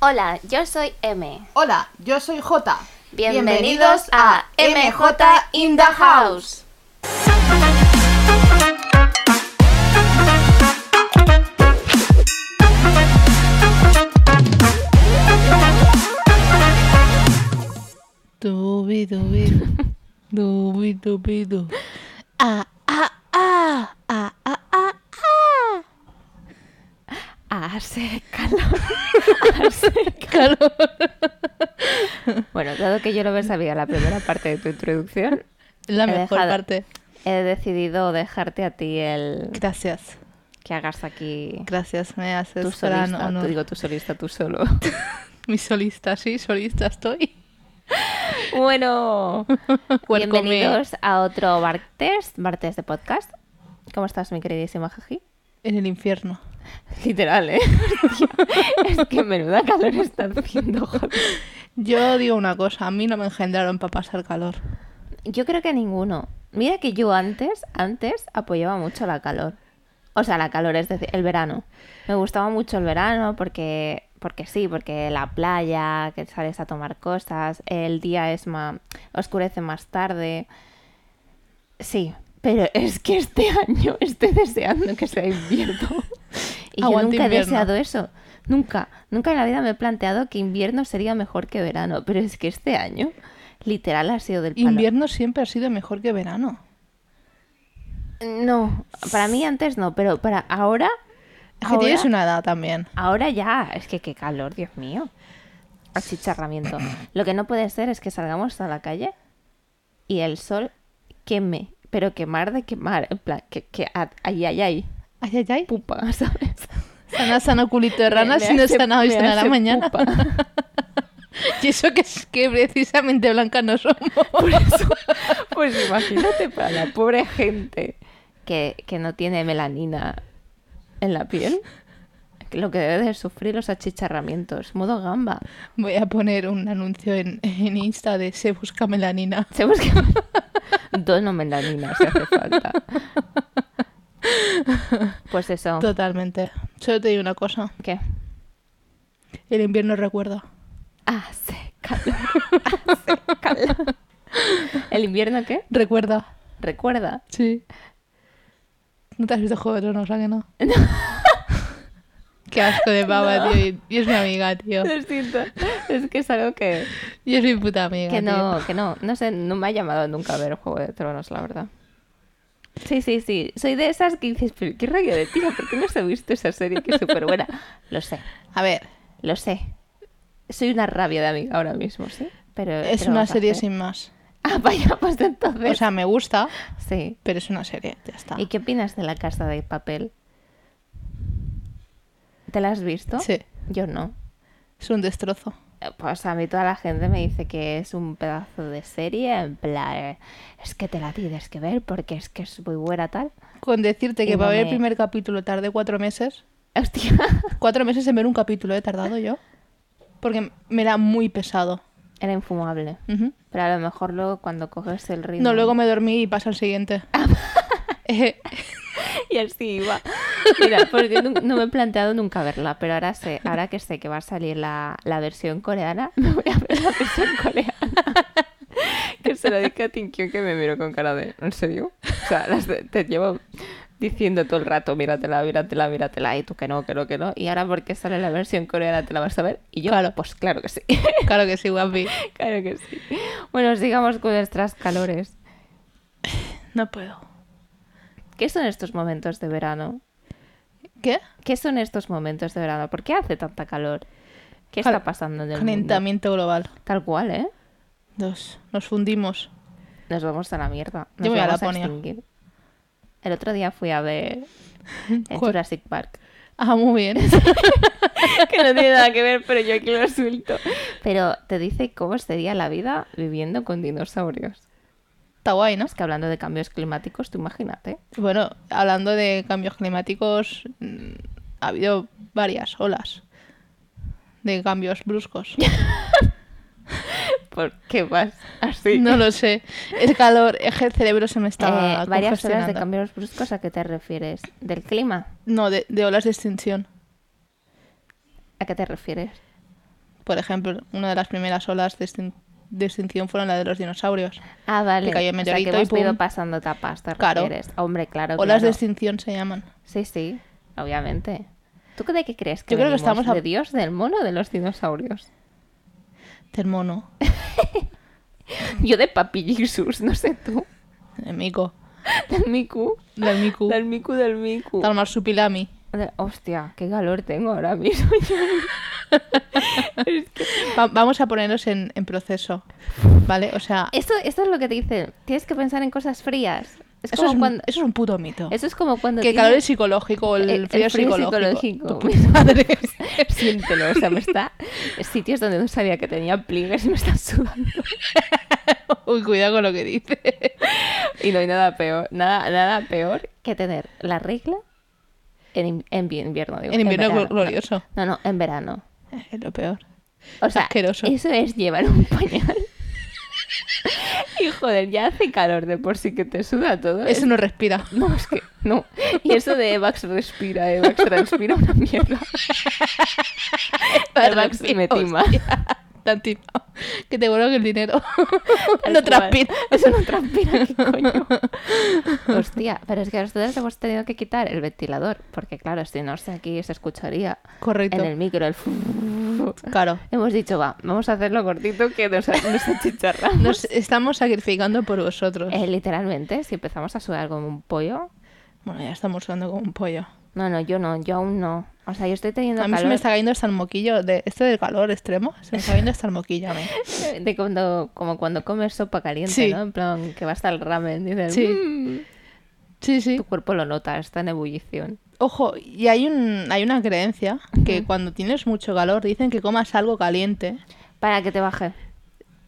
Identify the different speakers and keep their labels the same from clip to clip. Speaker 1: Hola, yo soy M.
Speaker 2: Hola, yo soy J.
Speaker 1: Bienvenidos a MJ in the House.
Speaker 3: Dubi, dubi. Dubi, dubi, du. Ah, ah, ah. Ah, ah, ah, ah.
Speaker 1: Hace calor. Bueno, dado que yo lo sabía la primera parte de tu introducción,
Speaker 3: La
Speaker 1: He
Speaker 3: mejor
Speaker 1: dejado-
Speaker 3: parte.
Speaker 1: he decidido dejarte a ti el
Speaker 3: Gracias.
Speaker 1: que hagas aquí
Speaker 3: Gracias, me haces
Speaker 1: tu
Speaker 3: gran
Speaker 1: solista.
Speaker 3: honor.
Speaker 1: Te digo tu solista, tú solo.
Speaker 3: Mi solista, sí, solista estoy.
Speaker 1: bueno,
Speaker 3: Welcome.
Speaker 1: bienvenidos a otro martes, martes de podcast. ¿Cómo estás, mi queridísima Jaji?
Speaker 3: En el infierno.
Speaker 1: Literal, ¿eh? es que menuda calor está haciendo, joder.
Speaker 3: Yo digo una cosa, a mí no me engendraron para pasar calor.
Speaker 1: Yo creo que ninguno. Mira que yo antes, antes apoyaba mucho la calor. O sea, la calor, es decir, el verano. Me gustaba mucho el verano porque, porque sí, porque la playa, que sales a tomar cosas, el día es más, oscurece más tarde. Sí, pero es que este año estoy deseando que sea invierno. Y yo
Speaker 3: Aguante
Speaker 1: nunca he
Speaker 3: invierno.
Speaker 1: deseado eso. Nunca, nunca en la vida me he planteado que invierno sería mejor que verano. Pero es que este año, literal, ha sido del palo.
Speaker 3: Invierno siempre ha sido mejor que verano.
Speaker 1: No, para mí antes no, pero para ahora.
Speaker 3: Es que
Speaker 1: ahora,
Speaker 3: tienes una edad también.
Speaker 1: ahora ya, es que qué calor, Dios mío. Achicharramiento. Lo que no puede ser es que salgamos a la calle y el sol queme, pero quemar de quemar, en plan, que, que a- ay, ay, ay,
Speaker 3: Ay, ay, ay.
Speaker 1: pupa, ¿sabes?
Speaker 3: Sana, sana, culito de
Speaker 1: Me-
Speaker 3: rana,
Speaker 1: me
Speaker 3: si no
Speaker 1: hace-
Speaker 3: está nada hoy,
Speaker 1: me
Speaker 3: sanará
Speaker 1: hace
Speaker 3: mañana.
Speaker 1: pupa.
Speaker 3: Y eso que es que precisamente blanca no somos.
Speaker 1: Pues imagínate para la pobre gente que, que no tiene melanina en la piel, lo que debe de sufrir los achicharramientos, modo gamba.
Speaker 3: Voy a poner un anuncio en, en Insta de se busca melanina.
Speaker 1: Se busca dono melanina si hace falta. Pues eso.
Speaker 3: Totalmente. Solo te digo una cosa.
Speaker 1: ¿Qué?
Speaker 3: El invierno recuerda.
Speaker 1: Hace calor. Hace calor. ¿El invierno qué?
Speaker 3: Recuerda.
Speaker 1: Recuerda.
Speaker 3: Sí. ¿No te has visto Juego de Tronos, ¿a que no? Qué asco de pava, tío. Y- Y es mi amiga, tío.
Speaker 1: Lo siento. Es que es algo que,
Speaker 3: Y es mi puta amiga,
Speaker 1: que
Speaker 3: tío.
Speaker 1: no, que no. No sé, no me ha llamado nunca a ver Juego de Tronos, la verdad. Sí, sí, sí. Soy de esas que dices, pero qué rayo de tía, ¿por qué no se ha visto esa serie que es súper buena? Lo sé.
Speaker 3: A ver,
Speaker 1: Lo sé. Soy una rabia de amiga ahora mismo, ¿sí? Pero
Speaker 3: es
Speaker 1: pero
Speaker 3: una
Speaker 1: vas a
Speaker 3: serie
Speaker 1: hacer.
Speaker 3: sin más.
Speaker 1: Ah, vaya, pues entonces.
Speaker 3: O sea, me gusta,
Speaker 1: sí.
Speaker 3: pero es una serie, ya está.
Speaker 1: ¿Y qué opinas de la casa de papel? ¿Te la has visto?
Speaker 3: Sí,
Speaker 1: Yo no.
Speaker 3: es un destrozo.
Speaker 1: Eh, Pues a mí toda la gente me dice que es un pedazo de serie, en plan, eh, es que te la tienes que ver porque es que es muy buena tal.
Speaker 3: Con decirte
Speaker 1: Y
Speaker 3: que
Speaker 1: no
Speaker 3: para ver el
Speaker 1: me-
Speaker 3: primer capítulo tardé cuatro meses.
Speaker 1: Hostia.
Speaker 3: Cuatro meses en ver un capítulo he tardado yo. Porque me era muy pesado.
Speaker 1: Era infumable.
Speaker 3: Ujú.
Speaker 1: Pero a lo mejor luego cuando coges el ritmo...
Speaker 3: No, luego me dormí y pasa el siguiente.
Speaker 1: Ah.
Speaker 3: Eh,
Speaker 1: Y así iba. Mira, pues yo nun- no me he planteado nunca verla, pero ahora sé, ahora que sé que va a salir la, la versión coreana, me voy a ver la versión coreana. Que se lo dije a Tinkyun que me miró con cara de, ¿en serio? O sea, las de- te llevo diciendo todo el rato, míratela, míratela, míratela, y tú que no, que no, que no. Y ahora porque sale la versión coreana te la vas a ver, y yo,
Speaker 3: Claro.
Speaker 1: pues claro que sí.
Speaker 3: claro que sí, guapi.
Speaker 1: claro que sí. Bueno, sigamos con nuestras calores.
Speaker 3: No puedo.
Speaker 1: ¿Qué son estos momentos de verano?
Speaker 3: ¿Qué?
Speaker 1: ¿Qué son estos momentos de verano? ¿Por qué hace tanta calor? ¿Qué
Speaker 3: Cal-
Speaker 1: está pasando en el mundo?
Speaker 3: Calentamiento global.
Speaker 1: Tal cual, ¿eh?
Speaker 3: Dos. Nos fundimos.
Speaker 1: Nos vamos a la mierda. Nos
Speaker 3: Yo voy a
Speaker 1: vamos
Speaker 3: Laponia.
Speaker 1: extinguir. El otro día fui a ver eh,
Speaker 3: ¿Cuál?
Speaker 1: Jurassic Park.
Speaker 3: Ah, muy bien.
Speaker 1: que no tiene nada que ver, pero yo aquí lo suelto. Pero te dice cómo sería la vida viviendo con dinosaurios.
Speaker 3: Está guay, ¿no?
Speaker 1: Es que hablando de cambios climáticos, tú imagínate.
Speaker 3: Bueno, hablando de cambios climáticos, mm, ha habido varias olas de cambios bruscos.
Speaker 1: ¿Por qué vas así?
Speaker 3: No lo sé. El calor, es que el cerebro se me está
Speaker 1: Eh, varias horas de
Speaker 3: congestionando.
Speaker 1: cambios bruscos, ¿a qué te refieres? ¿Del clima?
Speaker 3: No, de, de olas de extinción.
Speaker 1: ¿A qué te refieres?
Speaker 3: Por ejemplo, una de las primeras olas de, extin- de extinción fueron la de los dinosaurios.
Speaker 1: Ah, vale.
Speaker 3: Que cayó el
Speaker 1: o sea, que
Speaker 3: meteorito y
Speaker 1: hemos ido
Speaker 3: pum.
Speaker 1: pasando tapas, te
Speaker 3: Claro.
Speaker 1: refieres. Hombre, claro,
Speaker 3: Olas de
Speaker 1: claro.
Speaker 3: extinción se llaman.
Speaker 1: Sí, sí, obviamente. ¿Tú de qué crees que
Speaker 3: Yo creo que
Speaker 1: venimos?
Speaker 3: estamos a-
Speaker 1: ¿De Dios, del mono o de los dinosaurios?
Speaker 3: Del mono.
Speaker 1: Yo de Papi Jesus, no sé tú.
Speaker 3: Del mico.
Speaker 1: Del Miku.
Speaker 3: Del micu.
Speaker 1: Del Miku, del Miku.
Speaker 3: Del marsupilami.
Speaker 1: De- Hostia, qué calor tengo ahora mismo.
Speaker 3: Va- vamos a ponernos en, en proceso. ¿Vale? O sea,
Speaker 1: esto, esto es lo que te dicen. Tienes que pensar en cosas frías. Es
Speaker 3: eso,
Speaker 1: como
Speaker 3: es un,
Speaker 1: cuando...
Speaker 3: eso es un puto mito.
Speaker 1: Eso es como cuando...
Speaker 3: que el
Speaker 1: tienes-
Speaker 3: calor es psicológico, el,
Speaker 1: Eh, el
Speaker 3: frío, es
Speaker 1: frío es
Speaker 3: psicológico.
Speaker 1: psicológico.
Speaker 3: Tu puta madre.
Speaker 1: Siéntelo, o sea, me está... Sitios donde no sabía que tenía pliegues me están sudando.
Speaker 3: Uy, cuidado con lo que dices.
Speaker 1: Y no hay nada peor, nada, nada peor que tener la regla en, in- en vi- invierno. digo,
Speaker 3: En invierno
Speaker 1: verano.
Speaker 3: gl- glorioso.
Speaker 1: No, no, en verano.
Speaker 3: Es lo peor.
Speaker 1: O sea,
Speaker 3: Asqueroso.
Speaker 1: eso es llevar un pañal. y joder, ya hace calor de por sí que te suda todo.
Speaker 3: Eso
Speaker 1: Es-
Speaker 3: no respira.
Speaker 1: No, es que no. Y eso de Evax respira, Evax transpira una mierda. Evax y me tima.
Speaker 3: Hostia, te han timado. Que te vuelvan el dinero.
Speaker 1: Tal
Speaker 3: no
Speaker 1: cual.
Speaker 3: transpira.
Speaker 1: Eso no transpira, ¿qué coño? Hostia, pero es que nosotros hemos tenido que quitar el ventilador, porque claro, si no sé aquí se escucharía
Speaker 3: Correcto.
Speaker 1: en el micro el...
Speaker 3: Claro.
Speaker 1: Hemos dicho, va, vamos a hacerlo cortito que nos, nos achicharramos.
Speaker 3: Nos estamos sacrificando por vosotros.
Speaker 1: Eh, literalmente, si empezamos a sudar como un pollo...
Speaker 3: Bueno, ya estamos sudando como un pollo.
Speaker 1: No, no, yo no, yo aún no. O sea, yo estoy teniendo
Speaker 3: a mí se
Speaker 1: calor
Speaker 3: me está cayendo hasta el moquillo. De, esto del calor extremo, se me está cayendo hasta el moquillo a mí.
Speaker 1: de cuando, como cuando comes sopa caliente,
Speaker 3: Sí.
Speaker 1: ¿no? En plan, que va hasta el ramen, dices,
Speaker 3: Sí.
Speaker 1: "Mm".
Speaker 3: Sí, sí.
Speaker 1: tu cuerpo lo nota, está en ebullición.
Speaker 3: Ojo, y hay, un, hay una creencia que cuando tienes mucho calor dicen que comas algo caliente.
Speaker 1: Para que te baje.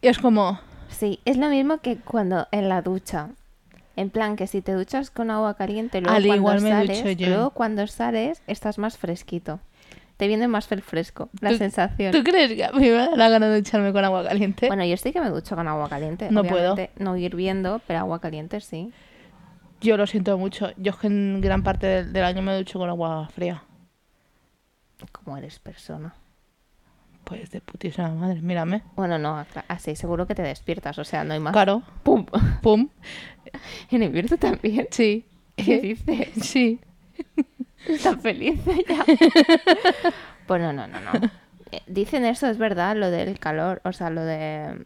Speaker 3: Y es como,
Speaker 1: Sí, es lo mismo que cuando en la ducha. En plan, que si te duchas con agua caliente, luego,
Speaker 3: Al
Speaker 1: cuando,
Speaker 3: igual me
Speaker 1: sales,
Speaker 3: ducho yo.
Speaker 1: luego cuando sales, estás más fresquito. Te viene más el fresco, la
Speaker 3: ¿tú-
Speaker 1: sensación.
Speaker 3: ¿tú crees que a mí me da la gana de echarme con agua caliente?
Speaker 1: Bueno, yo sí que me ducho con agua caliente.
Speaker 3: No
Speaker 1: obviamente. No hirviendo, pero agua caliente sí.
Speaker 3: Yo lo siento mucho. Yo es que en gran parte del, del año me ducho con agua fría.
Speaker 1: Como eres persona.
Speaker 3: Pues de putísima madre, mírame.
Speaker 1: Bueno, no, acla- así seguro que te despiertas, o sea, no hay más.
Speaker 3: Claro.
Speaker 1: ¡Pum!
Speaker 3: Pum.
Speaker 1: En invierno también.
Speaker 3: Sí.
Speaker 1: ¿Qué dices?
Speaker 3: Sí.
Speaker 1: Estás feliz ya. pues no, no, no, no. Eh, Dicen eso, es verdad, lo del calor, o sea, lo de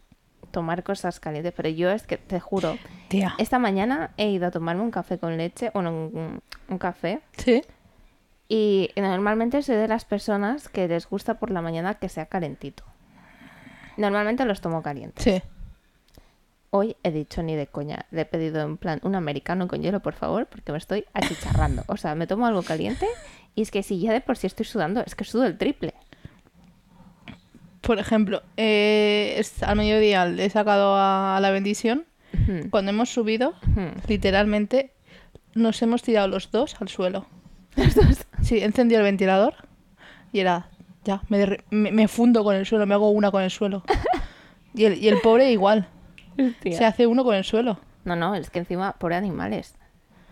Speaker 1: tomar cosas calientes, pero yo es que te juro,
Speaker 3: Tía.
Speaker 1: esta mañana he ido a tomarme un café con leche, bueno, un, un café,
Speaker 3: Sí.
Speaker 1: y normalmente soy de las personas que les gusta por la mañana que sea calentito. Normalmente los tomo caliente.
Speaker 3: Sí.
Speaker 1: Hoy he dicho ni de coña, le he pedido en plan un americano con hielo, por favor, porque me estoy achicharrando. O sea, me tomo algo caliente y es que si ya de por sí estoy sudando, es que sudo el triple.
Speaker 3: Por ejemplo, eh, es- al mediodía le he sacado a la bendición.
Speaker 1: Ujú.
Speaker 3: Cuando hemos subido,
Speaker 1: Hmm.
Speaker 3: literalmente nos hemos tirado los dos al suelo. Sí, he encendido el ventilador y era, ya, me, derri- me, me fundo con el suelo, me hago una con el suelo. Y el, y el pobre igual, se hace uno con el suelo.
Speaker 1: No, no, es que encima, por animales.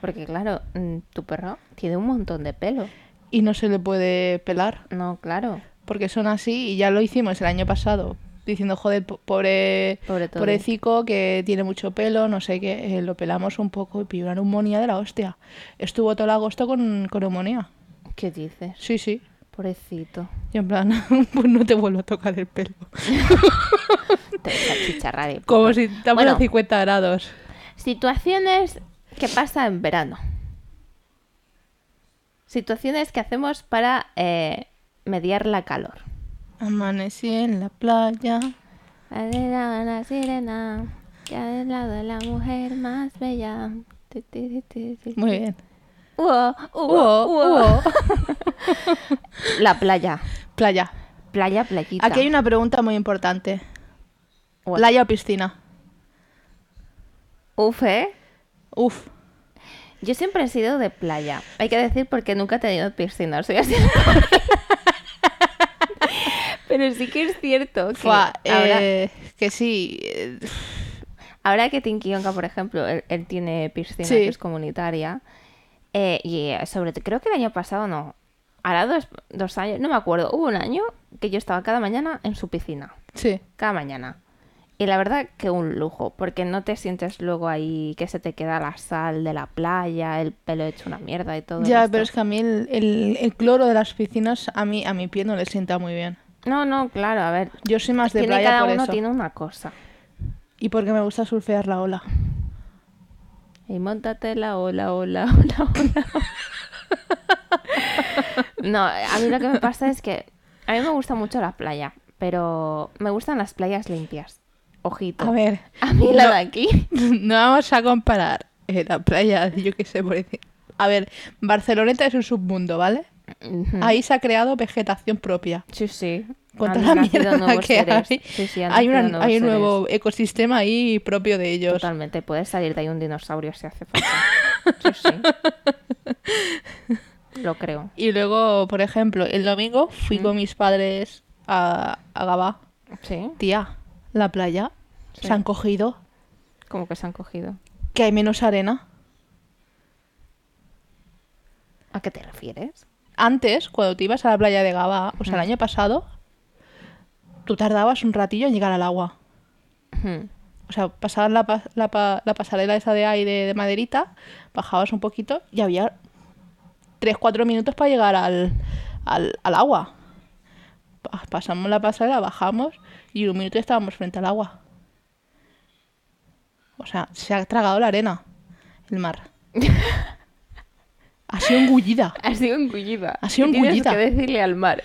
Speaker 1: Porque claro, mm, tu perro tiene un montón de pelo.
Speaker 3: Y no se le puede pelar,
Speaker 1: No, claro.
Speaker 3: porque son así y ya lo hicimos el año pasado, diciendo, joder, po- pobre,
Speaker 1: Pobre Toby.
Speaker 3: pobrecico que tiene mucho pelo, no sé qué, eh, lo pelamos un poco y pilló una neumonía de la hostia. Estuvo todo el agosto con, con neumonía.
Speaker 1: ¿Qué dices?
Speaker 3: Sí, sí.
Speaker 1: Pobrecito.
Speaker 3: Y en plan, pues no te vuelvo a tocar el pelo.
Speaker 1: Te vas a achicharrar. eh.
Speaker 3: Como si estamos
Speaker 1: Bueno.
Speaker 3: a 50 grados.
Speaker 1: Situaciones que pasa en verano. Situaciones que hacemos para eh, mediar la calor.
Speaker 3: Amanecí en la playa.
Speaker 1: Adela la sirena, que al lado de la mujer más bella. Ti, ti, ti, ti, ti.
Speaker 3: Muy bien.
Speaker 1: Uo, uo,
Speaker 3: Uo,
Speaker 1: uo. La playa.
Speaker 3: Playa.
Speaker 1: Playa, playita.
Speaker 3: Aquí hay una pregunta muy importante.
Speaker 1: Ué.
Speaker 3: ¿Playa o piscina?
Speaker 1: Uf, ¿eh?
Speaker 3: Uf.
Speaker 1: Yo siempre he sido de playa. Hay que decir porque nunca he tenido piscina. Soy así. Pero sí que es cierto que
Speaker 3: Fua,
Speaker 1: ahora,
Speaker 3: eh, que sí. eh,
Speaker 1: ahora que Tinkionka, por ejemplo, él, él tiene piscina
Speaker 3: Sí.
Speaker 1: que es comunitaria. eh, y eh, sobre todo, creo que el año pasado no. hará dos, dos años, no me acuerdo, hubo un año que yo estaba cada mañana en su piscina,
Speaker 3: Sí.
Speaker 1: cada mañana. Y la verdad que un lujo, porque no te sientes luego ahí que se te queda la sal de la playa, el pelo hecho una mierda y todo.
Speaker 3: Ya,
Speaker 1: esto.
Speaker 3: pero es que a mí el, el- el cloro de las piscinas a mí a mi piel no le sienta muy bien.
Speaker 1: No, no, claro, a ver.
Speaker 3: Yo soy más de
Speaker 1: tiene-
Speaker 3: playa
Speaker 1: cada
Speaker 3: por
Speaker 1: uno
Speaker 3: eso.
Speaker 1: tiene una cosa.
Speaker 3: Y porque me gusta surfear la ola.
Speaker 1: Y montate la ola, ola, ola, ola. no, a mí lo que me pasa es que a mí me gusta mucho la playa, pero me gustan las playas limpias. Ojito.
Speaker 3: A ver,
Speaker 1: A mí la
Speaker 3: no-
Speaker 1: de aquí.
Speaker 3: no vamos a comparar eh, la playa, yo qué sé, por decir. A ver, Barceloneta es un submundo, ¿vale? Ahí se ha creado vegetación propia.
Speaker 1: Sí, sí.
Speaker 3: Con
Speaker 1: Mm. Han
Speaker 3: toda la
Speaker 1: nacido
Speaker 3: mierda
Speaker 1: nuevos
Speaker 3: que
Speaker 1: seres.
Speaker 3: hay,
Speaker 1: Sí, sí, han
Speaker 3: hay, una-
Speaker 1: nacido nuevos
Speaker 3: hay un
Speaker 1: seres.
Speaker 3: nuevo ecosistema ahí propio de ellos.
Speaker 1: Totalmente, puede salir de ahí un dinosaurio si hace falta. Sí, sí. Lo creo.
Speaker 3: Y luego, por ejemplo, el domingo fui con mis padres a, a Gabá.
Speaker 1: Sí,
Speaker 3: Tía, la playa
Speaker 1: Sí.
Speaker 3: se han cogido,
Speaker 1: como que se han cogido.
Speaker 3: que hay menos arena.
Speaker 1: ¿A qué te refieres?
Speaker 3: Antes, cuando te ibas a la playa de Gabá, o sea, el año pasado, tú tardabas un ratillo en llegar al agua.
Speaker 1: Hmm.
Speaker 3: O sea, pasabas la, pa- la pa- la pasarela esa de aire de maderita, bajabas un poquito y había 3-4 minutos para llegar al, al- al agua. Pa- Pasamos la pasarela, bajamos y un minuto ya estábamos frente al agua. O sea, se ha tragado la arena, el mar. ha sido engullida.
Speaker 1: Ha sido engullida.
Speaker 3: Ha sido engullida.
Speaker 1: Tienes que decirle al mar.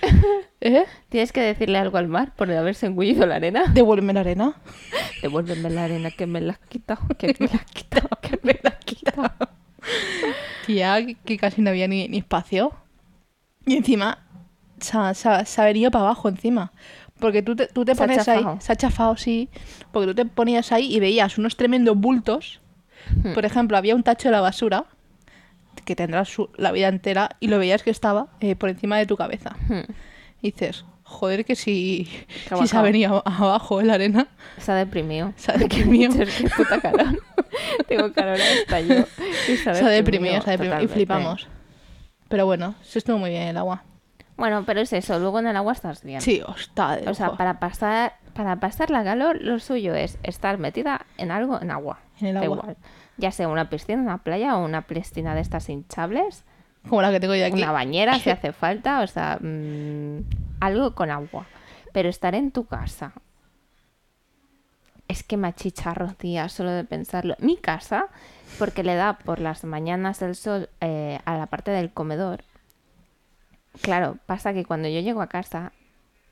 Speaker 3: ¿Eh?
Speaker 1: Tienes que decirle algo al mar por haberse engullido la arena.
Speaker 3: Devuélveme la arena.
Speaker 1: Devuélveme la arena que me la has quitado, que me la has quitado, que me la has quitado.
Speaker 3: Tía, que casi no había ni, ni espacio. Y encima, se ha, se ha- se ha venido para abajo encima. Porque tú te, tú te
Speaker 1: Se ha
Speaker 3: pones ahí,
Speaker 1: chafado.
Speaker 3: se ha chafado, sí. Porque tú te ponías ahí y veías unos tremendos bultos.
Speaker 1: Hmm.
Speaker 3: Por ejemplo, había un tacho de la basura que tendrás su- la vida entera y lo veías que estaba eh, por encima de tu cabeza.
Speaker 1: Hmm.
Speaker 3: Y dices, joder, que si,
Speaker 1: ha
Speaker 3: si se ha
Speaker 1: bajado.
Speaker 3: venido a- abajo en la arena.
Speaker 1: Se ha deprimido.
Speaker 3: ¿Sabe qué mío?
Speaker 1: Es que puta calor. Tengo calor hasta yo. Y
Speaker 3: Se
Speaker 1: Se
Speaker 3: ha deprimido, se ha deprimido. Y
Speaker 1: totalmente.
Speaker 3: flipamos. Pero bueno, se estuvo muy bien el agua.
Speaker 1: Bueno, pero es eso. Luego en el agua estás bien.
Speaker 3: Sí, hostia.
Speaker 1: O sea,
Speaker 3: ojo.
Speaker 1: para pasar, para pasar la calor, lo suyo es estar metida en algo, en agua.
Speaker 3: En el
Speaker 1: Da
Speaker 3: agua.
Speaker 1: igual. Ya sea una piscina, una playa o una piscina de estas hinchables.
Speaker 3: Como la que tengo yo aquí.
Speaker 1: Una bañera si hace falta. O sea, mm, algo con agua. Pero estar en tu casa. Es que me achicharro, tía, solo de pensarlo. Mi casa, porque le da por las mañanas el sol eh, a la parte del comedor. Claro, pasa que cuando yo llego a casa,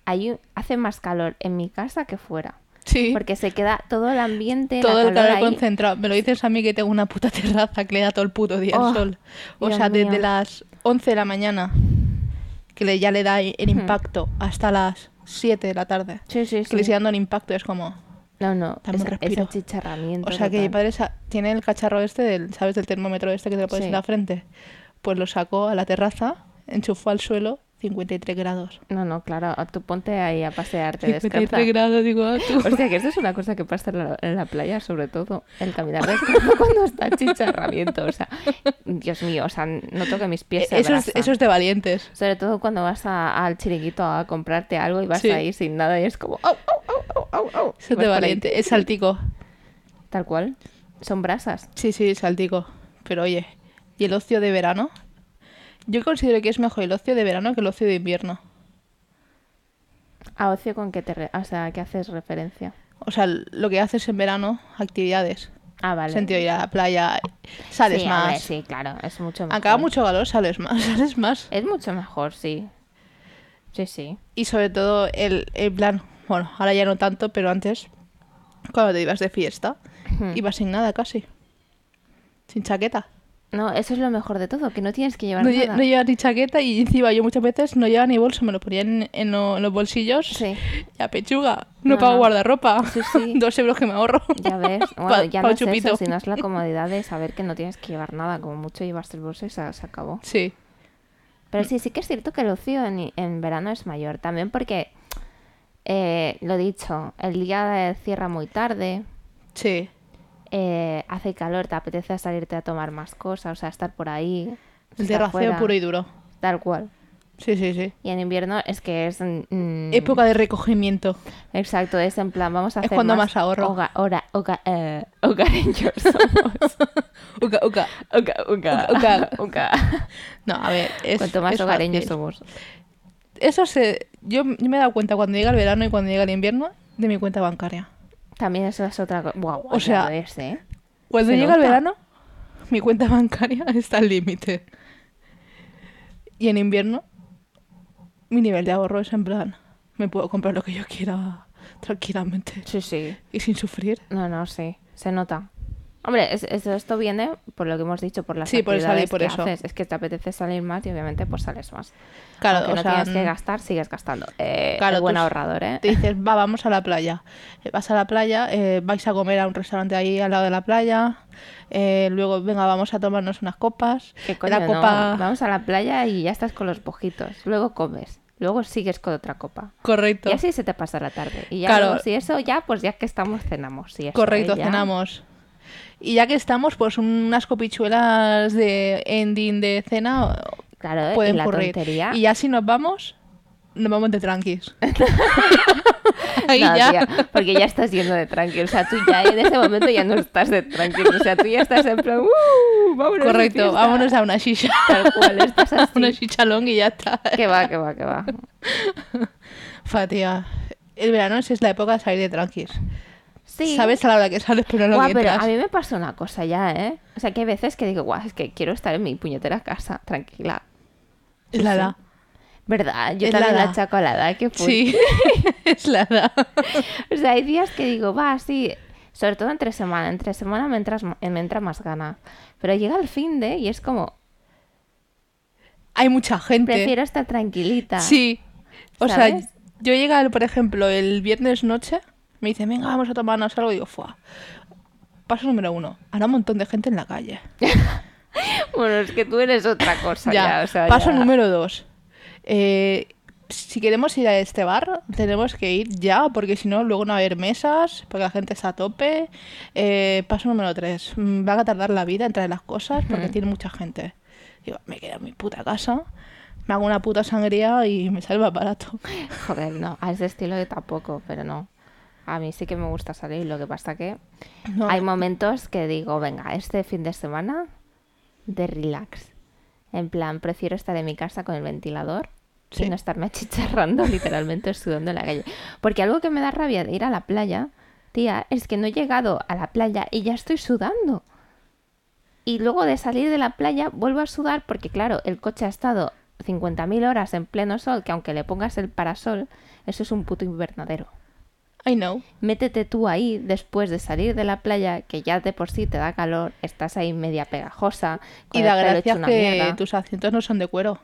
Speaker 1: hay un- hace más calor en mi casa que fuera.
Speaker 3: Sí.
Speaker 1: Porque se queda todo el ambiente,
Speaker 3: todo
Speaker 1: la
Speaker 3: el calor
Speaker 1: ahí.
Speaker 3: concentrado. Me lo dices a mí que tengo una puta terraza que le da todo el puto día
Speaker 1: Oh,
Speaker 3: el sol. O
Speaker 1: Dios
Speaker 3: sea, desde
Speaker 1: mío.
Speaker 3: las 11 de la mañana, que le- ya le da el impacto, hasta las 7 de la tarde.
Speaker 1: Sí, sí,
Speaker 3: Que le
Speaker 1: sí.
Speaker 3: sigue dando el impacto, es como.
Speaker 1: No, no,
Speaker 3: Dame un
Speaker 1: esa- ese
Speaker 3: respiro.
Speaker 1: achicharramiento.
Speaker 3: O sea, que mi
Speaker 1: total.
Speaker 3: padre sa- tiene el cacharro este, del, ¿sabes? Del termómetro este que te lo pones
Speaker 1: Sí.
Speaker 3: en la frente. Pues lo sacó a la terraza, enchufó al suelo, 53 grados.
Speaker 1: No, no, claro, tú ponte ahí a pasearte
Speaker 3: 53
Speaker 1: descalza.
Speaker 3: grados, digo, ah, tú.
Speaker 1: O sea, Pues que esto es una cosa que pasa en la, en la playa, sobre todo, el caminar descalzo cuando está chicharramiento. O sea, Dios mío, o sea, noto que mis pies se
Speaker 3: E, Eso es,
Speaker 1: abrazan.
Speaker 3: eso es de valientes.
Speaker 1: Sobre todo cuando vas a- al chiringuito a comprarte algo y vas
Speaker 3: Sí.
Speaker 1: ahí sin nada y es como... ¡Au, au, au, au, au, au",
Speaker 3: Eso
Speaker 1: y
Speaker 3: es de
Speaker 1: vas por ahí,
Speaker 3: valiente. Es saltico.
Speaker 1: Tal cual. Son brasas.
Speaker 3: Sí, sí, saltico. Pero oye, ¿y el ocio de verano? Yo considero que es mejor el ocio de verano que el ocio de invierno.
Speaker 1: A ocio con que te... re- O sea, que haces referencia.
Speaker 3: O sea, lo que haces en verano, actividades.
Speaker 1: Ah, vale.
Speaker 3: Sentido ir a la playa, sales
Speaker 1: Sí,
Speaker 3: más.
Speaker 1: hombre, sí, claro, es mucho mejor.
Speaker 3: Acaba mucho calor, sales más, sales más.
Speaker 1: Es mucho mejor, sí. Sí, sí.
Speaker 3: Y sobre todo el, el plan, bueno, ahora ya no tanto, pero antes, cuando te ibas de fiesta,
Speaker 1: Hmm.
Speaker 3: ibas sin nada casi. Sin chaqueta.
Speaker 1: No, eso es lo mejor de todo, que no tienes que llevar
Speaker 3: No, lle-
Speaker 1: nada.
Speaker 3: no llevas ni chaqueta y encima yo muchas veces no llevaba ni bolso, me lo ponía en, en lo- en los bolsillos.
Speaker 1: Sí.
Speaker 3: Ya pechuga, no,
Speaker 1: No,
Speaker 3: pago
Speaker 1: no.
Speaker 3: guardarropa.
Speaker 1: Sí, sí.
Speaker 3: Dos euros que me ahorro.
Speaker 1: Ya ves,
Speaker 3: Pa-
Speaker 1: bueno, ya
Speaker 3: pa
Speaker 1: no
Speaker 3: un
Speaker 1: es eso, sino es la comodidad de saber que no tienes que llevar nada, como mucho llevas el bolso y se, se acabó.
Speaker 3: Sí, Mm.
Speaker 1: Pero sí, sí que es cierto que el ocio en, en verano es mayor, también porque, eh, lo dicho, el día eh, cierra muy tarde,
Speaker 3: sí.
Speaker 1: eh, hace calor, te apetece salirte a tomar más cosas, o sea, estar por ahí. estar
Speaker 3: El terraceo
Speaker 1: fuera,
Speaker 3: puro y duro.
Speaker 1: Tal cual.
Speaker 3: Sí, sí, sí.
Speaker 1: Y en invierno es que es... mm,
Speaker 3: Época de recogimiento.
Speaker 1: Exacto, es en plan, vamos a
Speaker 3: Es
Speaker 1: hacer
Speaker 3: cuando más ahorro.
Speaker 1: Oga, ora, oga, eh, hogareños somos.
Speaker 3: Uca, uca.
Speaker 1: Oga, oga,
Speaker 3: Oga,
Speaker 1: oga.
Speaker 3: No, a ver, es.
Speaker 1: Cuanto más
Speaker 3: es
Speaker 1: hogareños
Speaker 3: fácil.
Speaker 1: somos.
Speaker 3: Eso se. Yo, yo me he dado cuenta cuando llega el verano y cuando llega el invierno de mi cuenta bancaria.
Speaker 1: También eso es otra cosa. Guau,
Speaker 3: O sea,
Speaker 1: ya ves, ¿eh?
Speaker 3: Cuando
Speaker 1: Se
Speaker 3: Pues llega el
Speaker 1: nota.
Speaker 3: verano, mi cuenta bancaria está al límite. Y en invierno, mi nivel de ahorro es en plan. Me puedo comprar lo que yo quiera tranquilamente
Speaker 1: Sí, sí.
Speaker 3: y sin sufrir.
Speaker 1: No, no, sí. Se nota. Hombre, es- es- esto viene por lo que hemos dicho, por las
Speaker 3: Sí, por salir,
Speaker 1: actividades
Speaker 3: por
Speaker 1: que
Speaker 3: eso.
Speaker 1: haces. Es que te apetece salir más y obviamente pues sales más.
Speaker 3: Claro,
Speaker 1: Aunque
Speaker 3: o
Speaker 1: no
Speaker 3: sea,
Speaker 1: tienes que
Speaker 3: mm,
Speaker 1: gastar, sigues gastando. Eh,
Speaker 3: Claro,
Speaker 1: el buen
Speaker 3: tú s-
Speaker 1: ahorrador, ¿eh?
Speaker 3: Te dices, va, vamos a la playa. Eh, Vas a la playa, eh, vais a comer a un restaurante ahí al lado de la playa. eh, luego, venga, vamos a tomarnos unas copas.
Speaker 1: ¿Qué coño,
Speaker 3: la
Speaker 1: no?
Speaker 3: copa.
Speaker 1: Vamos a la playa y ya estás con los bojitos. Luego comes. Luego sigues con otra copa.
Speaker 3: Correcto.
Speaker 1: Y así se te pasa la tarde. Y ya
Speaker 3: Claro.
Speaker 1: luego, si eso, ya, pues ya que estamos, cenamos. Si eso,
Speaker 3: Correcto,
Speaker 1: ¿eh? Ya.
Speaker 3: cenamos. Y ya que estamos, pues unas copichuelas de ending de cena o-
Speaker 1: Claro, ¿eh? y
Speaker 3: pueden
Speaker 1: la
Speaker 3: ocurrir.
Speaker 1: tontería.
Speaker 3: Y ya si nos vamos, nos vamos de tranquis. Ahí
Speaker 1: No,
Speaker 3: ya.
Speaker 1: tía, porque ya estás yendo de tranquilo. O sea, tú ya en ese momento ya no estás de tranquilo. O sea, tú ya estás en plan, ¡uh! Vámonos. de
Speaker 3: Correcto,
Speaker 1: fiesta".
Speaker 3: vámonos a una shisha.
Speaker 1: Tal cual, estás
Speaker 3: A una
Speaker 1: así.
Speaker 3: shisha long y ya está.
Speaker 1: Que va, que va, que va.
Speaker 3: Fatiga. El verano sí es la época de salir de tranquis.
Speaker 1: Sí.
Speaker 3: Sabes a la hora que sales, pero no
Speaker 1: Guau,
Speaker 3: que
Speaker 1: pero
Speaker 3: entras.
Speaker 1: a mí me pasa una cosa ya, ¿eh? O sea, que hay veces que digo, guau, es que quiero estar en mi puñetera casa, tranquila.
Speaker 3: Es la edad.
Speaker 1: ¿Verdad? Yo
Speaker 3: Es la
Speaker 1: también la
Speaker 3: edad.
Speaker 1: achaco a la edad que fui.
Speaker 3: Sí, es la edad.
Speaker 1: O sea, hay días que digo, va, sí, sobre todo entre semana, entre semana me, entras, eh, me entra más gana. Pero llega el fin de y es como,
Speaker 3: Hay mucha gente.
Speaker 1: prefiero estar tranquilita.
Speaker 3: Sí. O
Speaker 1: ¿Sabes?
Speaker 3: sea, yo llegaba, por ejemplo, el viernes noche, me dice, venga, vamos a tomarnos algo. Y digo, fuah. Paso número uno, habrá un montón de gente en la calle.
Speaker 1: Bueno, es que tú eres otra cosa ya, o sea,
Speaker 3: Paso
Speaker 1: ya.
Speaker 3: número dos, eh, si queremos ir a este bar, tenemos que ir ya, porque si no, luego no va a haber mesas, porque la gente está a tope. Eh, paso número tres, mm, va a tardar la vida en traer las cosas, porque tiene mucha gente. Digo, me quedo en mi puta casa, me hago una puta sangría y me salva barato.
Speaker 1: Joder, no, a ese estilo yo tampoco, pero no. A mí sí que me gusta salir, lo que pasa que
Speaker 3: No.
Speaker 1: hay momentos que digo, venga, este fin de semana de relax. En plan, prefiero estar en mi casa con el ventilador
Speaker 3: Sí.
Speaker 1: y no estarme achicharrando literalmente sudando en la calle. Porque algo que me da rabia de ir a la playa, tía, es que no he llegado a la playa y ya estoy sudando. Y luego de salir de la playa vuelvo a sudar porque, claro, el coche ha estado 50.000 horas en pleno sol, que aunque le pongas el parasol, eso es un puto invernadero.
Speaker 3: I know.
Speaker 1: Métete tú ahí después de salir de la playa, que ya de por sí te da calor, estás ahí media pegajosa, con
Speaker 3: Y
Speaker 1: el
Speaker 3: da
Speaker 1: pelo hecho
Speaker 3: gracias
Speaker 1: una
Speaker 3: que
Speaker 1: mierda.
Speaker 3: tus asientos no son de cuero.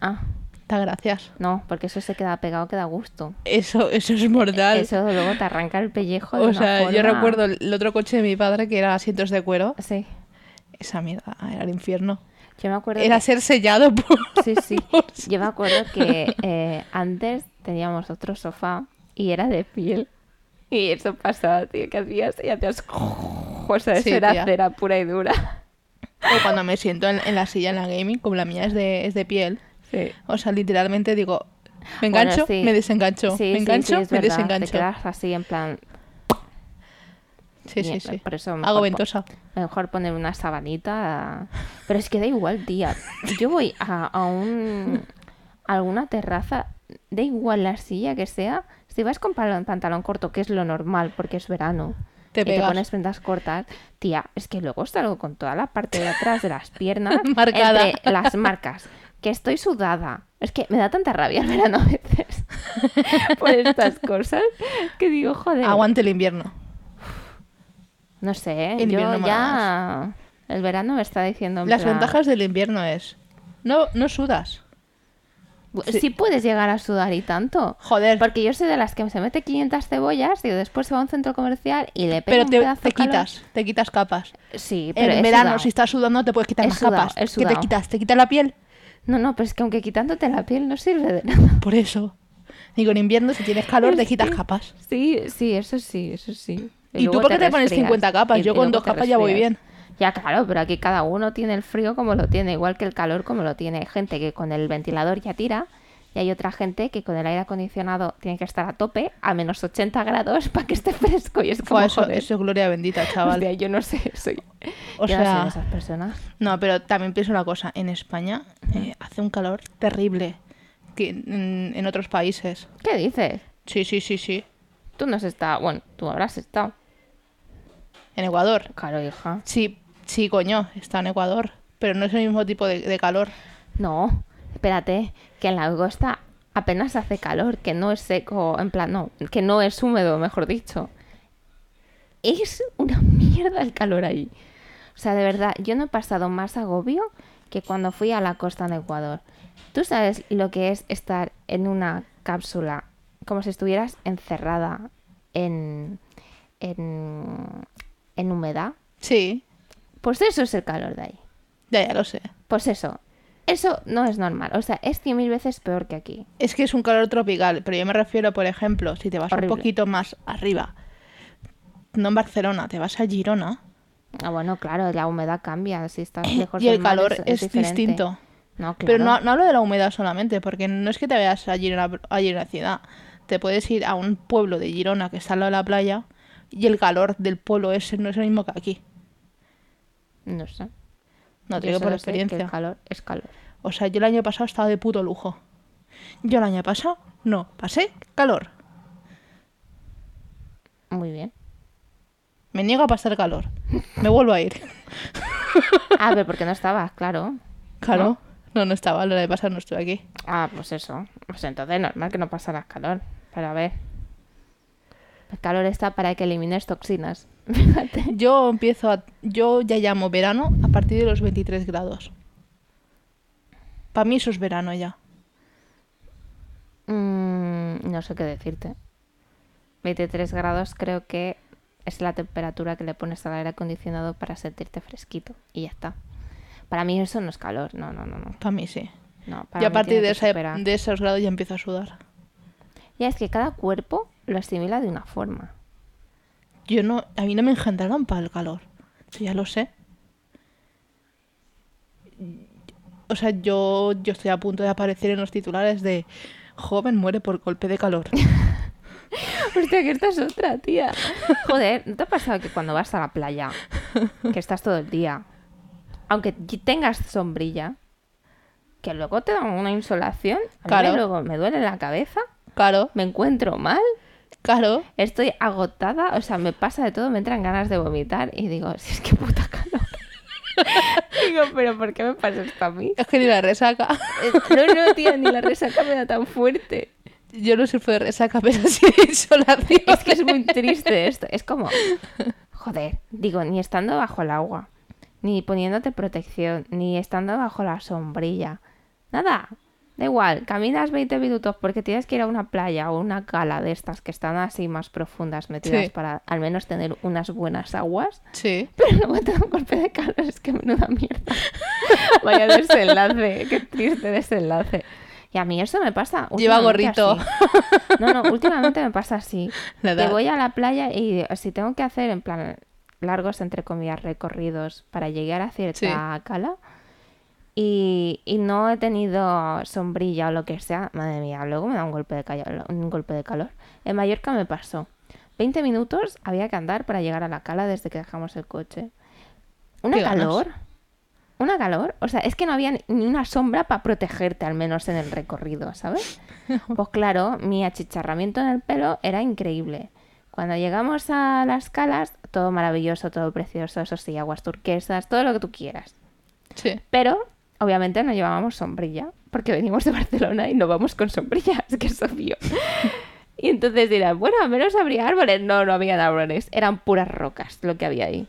Speaker 1: Ah,
Speaker 3: Da gracias.
Speaker 1: no, porque eso se queda pegado, que da gusto.
Speaker 3: Eso, eso es mortal.
Speaker 1: Eso luego te arranca el pellejo. de
Speaker 3: o
Speaker 1: una
Speaker 3: sea, yo
Speaker 1: forma-
Speaker 3: recuerdo el otro coche de mi padre que era asientos de cuero.
Speaker 1: Sí,
Speaker 3: Esa mierda, ah, era el infierno.
Speaker 1: yo me acuerdo.
Speaker 3: Era
Speaker 1: que-
Speaker 3: ser sellado por...
Speaker 1: Sí, sí. Yo me acuerdo que eh, antes teníamos otro sofá y era de piel. Y eso pasaba, tío, que hacías y hacías. O sea, eso
Speaker 3: Sí,
Speaker 1: era
Speaker 3: tía.
Speaker 1: cera pura y dura.
Speaker 3: O cuando me siento en, en la silla en la gaming, como la mía es de, es de piel.
Speaker 1: Sí.
Speaker 3: O sea, literalmente digo, me
Speaker 1: Bueno,
Speaker 3: engancho,
Speaker 1: sí.
Speaker 3: me desengancho.
Speaker 1: Sí,
Speaker 3: me
Speaker 1: sí,
Speaker 3: engancho,
Speaker 1: sí, es
Speaker 3: me
Speaker 1: verdad.
Speaker 3: desengancho.
Speaker 1: Te quedas así en plan.
Speaker 3: Sí, sí,
Speaker 1: mierda,
Speaker 3: sí.
Speaker 1: por eso mejor
Speaker 3: Hago
Speaker 1: po-
Speaker 3: ventosa.
Speaker 1: Mejor poner una sabanita. Pero es que da igual, tía. Yo voy a, a un a alguna terraza, da igual la silla que sea. Si vas con palo- pantalón corto, que es lo normal, porque es verano,
Speaker 3: Te
Speaker 1: y te
Speaker 3: pegas.
Speaker 1: pones prendas cortas, tía, es que luego salgo con toda la parte de atrás de las piernas
Speaker 3: Marcada.
Speaker 1: entre las marcas. Que estoy sudada. Es que me da tanta rabia el verano a veces por estas cosas que digo, joder.
Speaker 3: Aguante el invierno.
Speaker 1: No sé, ¿eh?
Speaker 3: El
Speaker 1: yo
Speaker 3: invierno
Speaker 1: ya... El verano me está diciendo... en
Speaker 3: Las
Speaker 1: plan,
Speaker 3: ventajas del invierno es... No, no sudas.
Speaker 1: bu-
Speaker 3: sí.
Speaker 1: Sí puedes llegar a sudar y tanto.
Speaker 3: Joder.
Speaker 1: Porque yo soy de las que se mete 500 cebollas y después se va a un centro comercial y le pega
Speaker 3: Pero
Speaker 1: un
Speaker 3: te,
Speaker 1: pedazo
Speaker 3: te
Speaker 1: de calor.
Speaker 3: quitas, te quitas capas.
Speaker 1: Sí, pero
Speaker 3: En
Speaker 1: he
Speaker 3: verano,
Speaker 1: sudado.
Speaker 3: si estás sudando, te puedes quitar
Speaker 1: He
Speaker 3: más
Speaker 1: sudado, he
Speaker 3: capas. ¿Qué te
Speaker 1: sudado.
Speaker 3: quitas? ¿Te quitas la piel?
Speaker 1: No, no, pero es que aunque quitándote la piel no sirve de nada.
Speaker 3: Por eso. Digo, en invierno, si tienes calor, te quitas capas.
Speaker 1: Sí, sí, eso sí, eso sí.
Speaker 3: ¿Y tú
Speaker 1: luego
Speaker 3: por qué te, pones
Speaker 1: resfrías.
Speaker 3: 50 capas?
Speaker 1: Y-
Speaker 3: Yo
Speaker 1: y
Speaker 3: con
Speaker 1: luego
Speaker 3: dos
Speaker 1: te
Speaker 3: capas ya voy
Speaker 1: resfrías.
Speaker 3: bien.
Speaker 1: Ya, claro, pero aquí cada uno tiene el frío como lo tiene, igual que el calor como lo tiene. Hay gente que con el ventilador ya tira y hay otra gente que con el aire acondicionado tiene que estar a tope, a menos 80 grados, para que esté fresco. Y es como,
Speaker 3: Fua, eso,
Speaker 1: joder,
Speaker 3: eso es gloria bendita, chaval.
Speaker 1: hostia, yo no sé, soy...
Speaker 3: O
Speaker 1: yo no soy
Speaker 3: sea-
Speaker 1: de esas personas.
Speaker 3: No, pero también pienso una cosa. En España eh, hace un calor terrible que en, en otros países.
Speaker 1: ¿Qué dices?
Speaker 3: Sí, sí, sí, sí.
Speaker 1: Tú no has estado... Bueno, tú habrás estado.
Speaker 3: En Ecuador.
Speaker 1: Claro, hija.
Speaker 3: Sí, sí, coño, está en Ecuador. Pero no es el mismo tipo de, de calor.
Speaker 1: No, espérate, que en la costa apenas hace calor, que no es seco, en plan, no, que no es húmedo, mejor dicho. Es una mierda el calor ahí. O sea, de verdad, yo no he pasado más agobio que cuando fui a la costa en Ecuador. Tú sabes lo que es estar en una cápsula, como si estuvieras encerrada en, en, en humedad.
Speaker 3: Sí,
Speaker 1: Pues eso es el calor de ahí.
Speaker 3: ya, ya lo sé.
Speaker 1: Pues eso. Eso no es normal. O sea, es cien mil veces peor que aquí.
Speaker 3: Es que es un calor tropical, pero yo me refiero, por ejemplo, si te vas
Speaker 1: Horrible.
Speaker 3: un poquito más arriba, no en Barcelona, te vas a Girona,
Speaker 1: Ah, bueno, claro, la humedad cambia. Si estás lejos
Speaker 3: Eh, y el
Speaker 1: del mar
Speaker 3: calor
Speaker 1: es,
Speaker 3: es,
Speaker 1: diferente.
Speaker 3: distinto.
Speaker 1: No, claro.
Speaker 3: Pero no, no hablo de la humedad solamente, porque no es que te vayas a Girona, a Girona ciudad. Te puedes ir a un pueblo de Girona que está al lado de la playa y el calor del pueblo ese no es el mismo que aquí.
Speaker 1: No sé.
Speaker 3: No te
Speaker 1: Yo
Speaker 3: digo por
Speaker 1: solo sé que
Speaker 3: experiencia.
Speaker 1: el calor es calor.
Speaker 3: O sea, yo el año pasado estaba de puto lujo. Yo el año pasado no, pasé calor.
Speaker 1: Muy bien.
Speaker 3: Me niego a pasar calor. Me vuelvo a ir.
Speaker 1: Ah, pero porque no estabas, claro.
Speaker 3: Claro. No, no estaba, la de pasar no estuve aquí.
Speaker 1: Ah, pues eso. Pues entonces normal que no pasaras calor. Pero a ver. El calor está para que elimines toxinas. Fíjate.
Speaker 3: Yo empiezo a... Yo ya llamo verano a partir de los 23 grados. Para mí eso es verano ya.
Speaker 1: Mm, no sé qué decirte. 23 grados creo que es la temperatura que le pones al aire acondicionado para sentirte fresquito y ya está. Para mí eso no es calor, no, no, no, no.
Speaker 3: Para mí sí.
Speaker 1: no
Speaker 3: yo
Speaker 1: para
Speaker 3: a
Speaker 1: mí
Speaker 3: partir
Speaker 1: tiene
Speaker 3: de,
Speaker 1: que
Speaker 3: esa- e-,
Speaker 1: superar.
Speaker 3: de esos grados ya empiezo a sudar.
Speaker 1: Ya es que cada cuerpo lo asimila de una forma.
Speaker 3: Yo no... A mí no me engendraron para el calor. Eso ya lo sé. O sea, yo, yo estoy a punto de aparecer en los titulares de... Joven muere por golpe de calor.
Speaker 1: Hostia, que esta es otra, tía. Joder, ¿no te ha pasado que cuando vas a la playa, que estás todo el día, aunque y- tengas sombrilla, que luego te da una insolación, a mí me-
Speaker 3: Claro.
Speaker 1: luego me duele la cabeza,
Speaker 3: Claro,
Speaker 1: me encuentro mal,
Speaker 3: claro.
Speaker 1: estoy agotada, o sea, me pasa de todo, me entran ganas de vomitar y digo, si es que puta calor. digo, pero ¿por qué me pasa esto a mí?
Speaker 3: Es que ni la resaca.
Speaker 1: Eh, No, no, tía, ni la resaca me da tan fuerte.
Speaker 3: Yo no sufro de resaca, pero sí de insolación.
Speaker 1: Es que es muy triste esto. Es como, joder, digo, ni estando bajo el agua, ni poniéndote protección, ni estando bajo la sombrilla. Nada, da igual, caminas 20 minutos porque tienes que ir a una playa o una cala de estas que están así más profundas metidas
Speaker 3: Sí.
Speaker 1: para al menos tener unas buenas aguas.
Speaker 3: Sí.
Speaker 1: Pero luego te da un golpe de calor, es que menuda mierda. Vaya desenlace, qué triste desenlace. Y a mí eso me pasa.
Speaker 3: Lleva
Speaker 1: últimamente
Speaker 3: gorrito.
Speaker 1: así. No, no, últimamente me pasa así.
Speaker 3: La
Speaker 1: Que
Speaker 3: edad.
Speaker 1: voy a la playa y si tengo que hacer en plan largos, entre comillas, recorridos para llegar a cierta cala y, y no he tenido sombrilla o lo que sea, madre mía, luego me da un golpe de, calor, un golpe de calor. En Mallorca me pasó. 20 minutos había que andar para llegar a la cala desde que dejamos el coche. Una
Speaker 3: Qué ganas.
Speaker 1: calor. Una calor. O sea, es que no había ni una sombra para protegerte, al menos en el recorrido, ¿sabes? Pues claro, mi achicharramiento en el pelo era increíble. Cuando llegamos a las calas, todo maravilloso, todo precioso, eso sí, aguas turquesas, todo lo que tú quieras.
Speaker 3: Sí.
Speaker 1: Pero obviamente no llevábamos sombrilla, porque venimos de Barcelona y no vamos con sombrilla, es que es obvio. Y entonces dirán, bueno, al menos habría árboles. No, no había árboles, eran puras rocas lo que había ahí.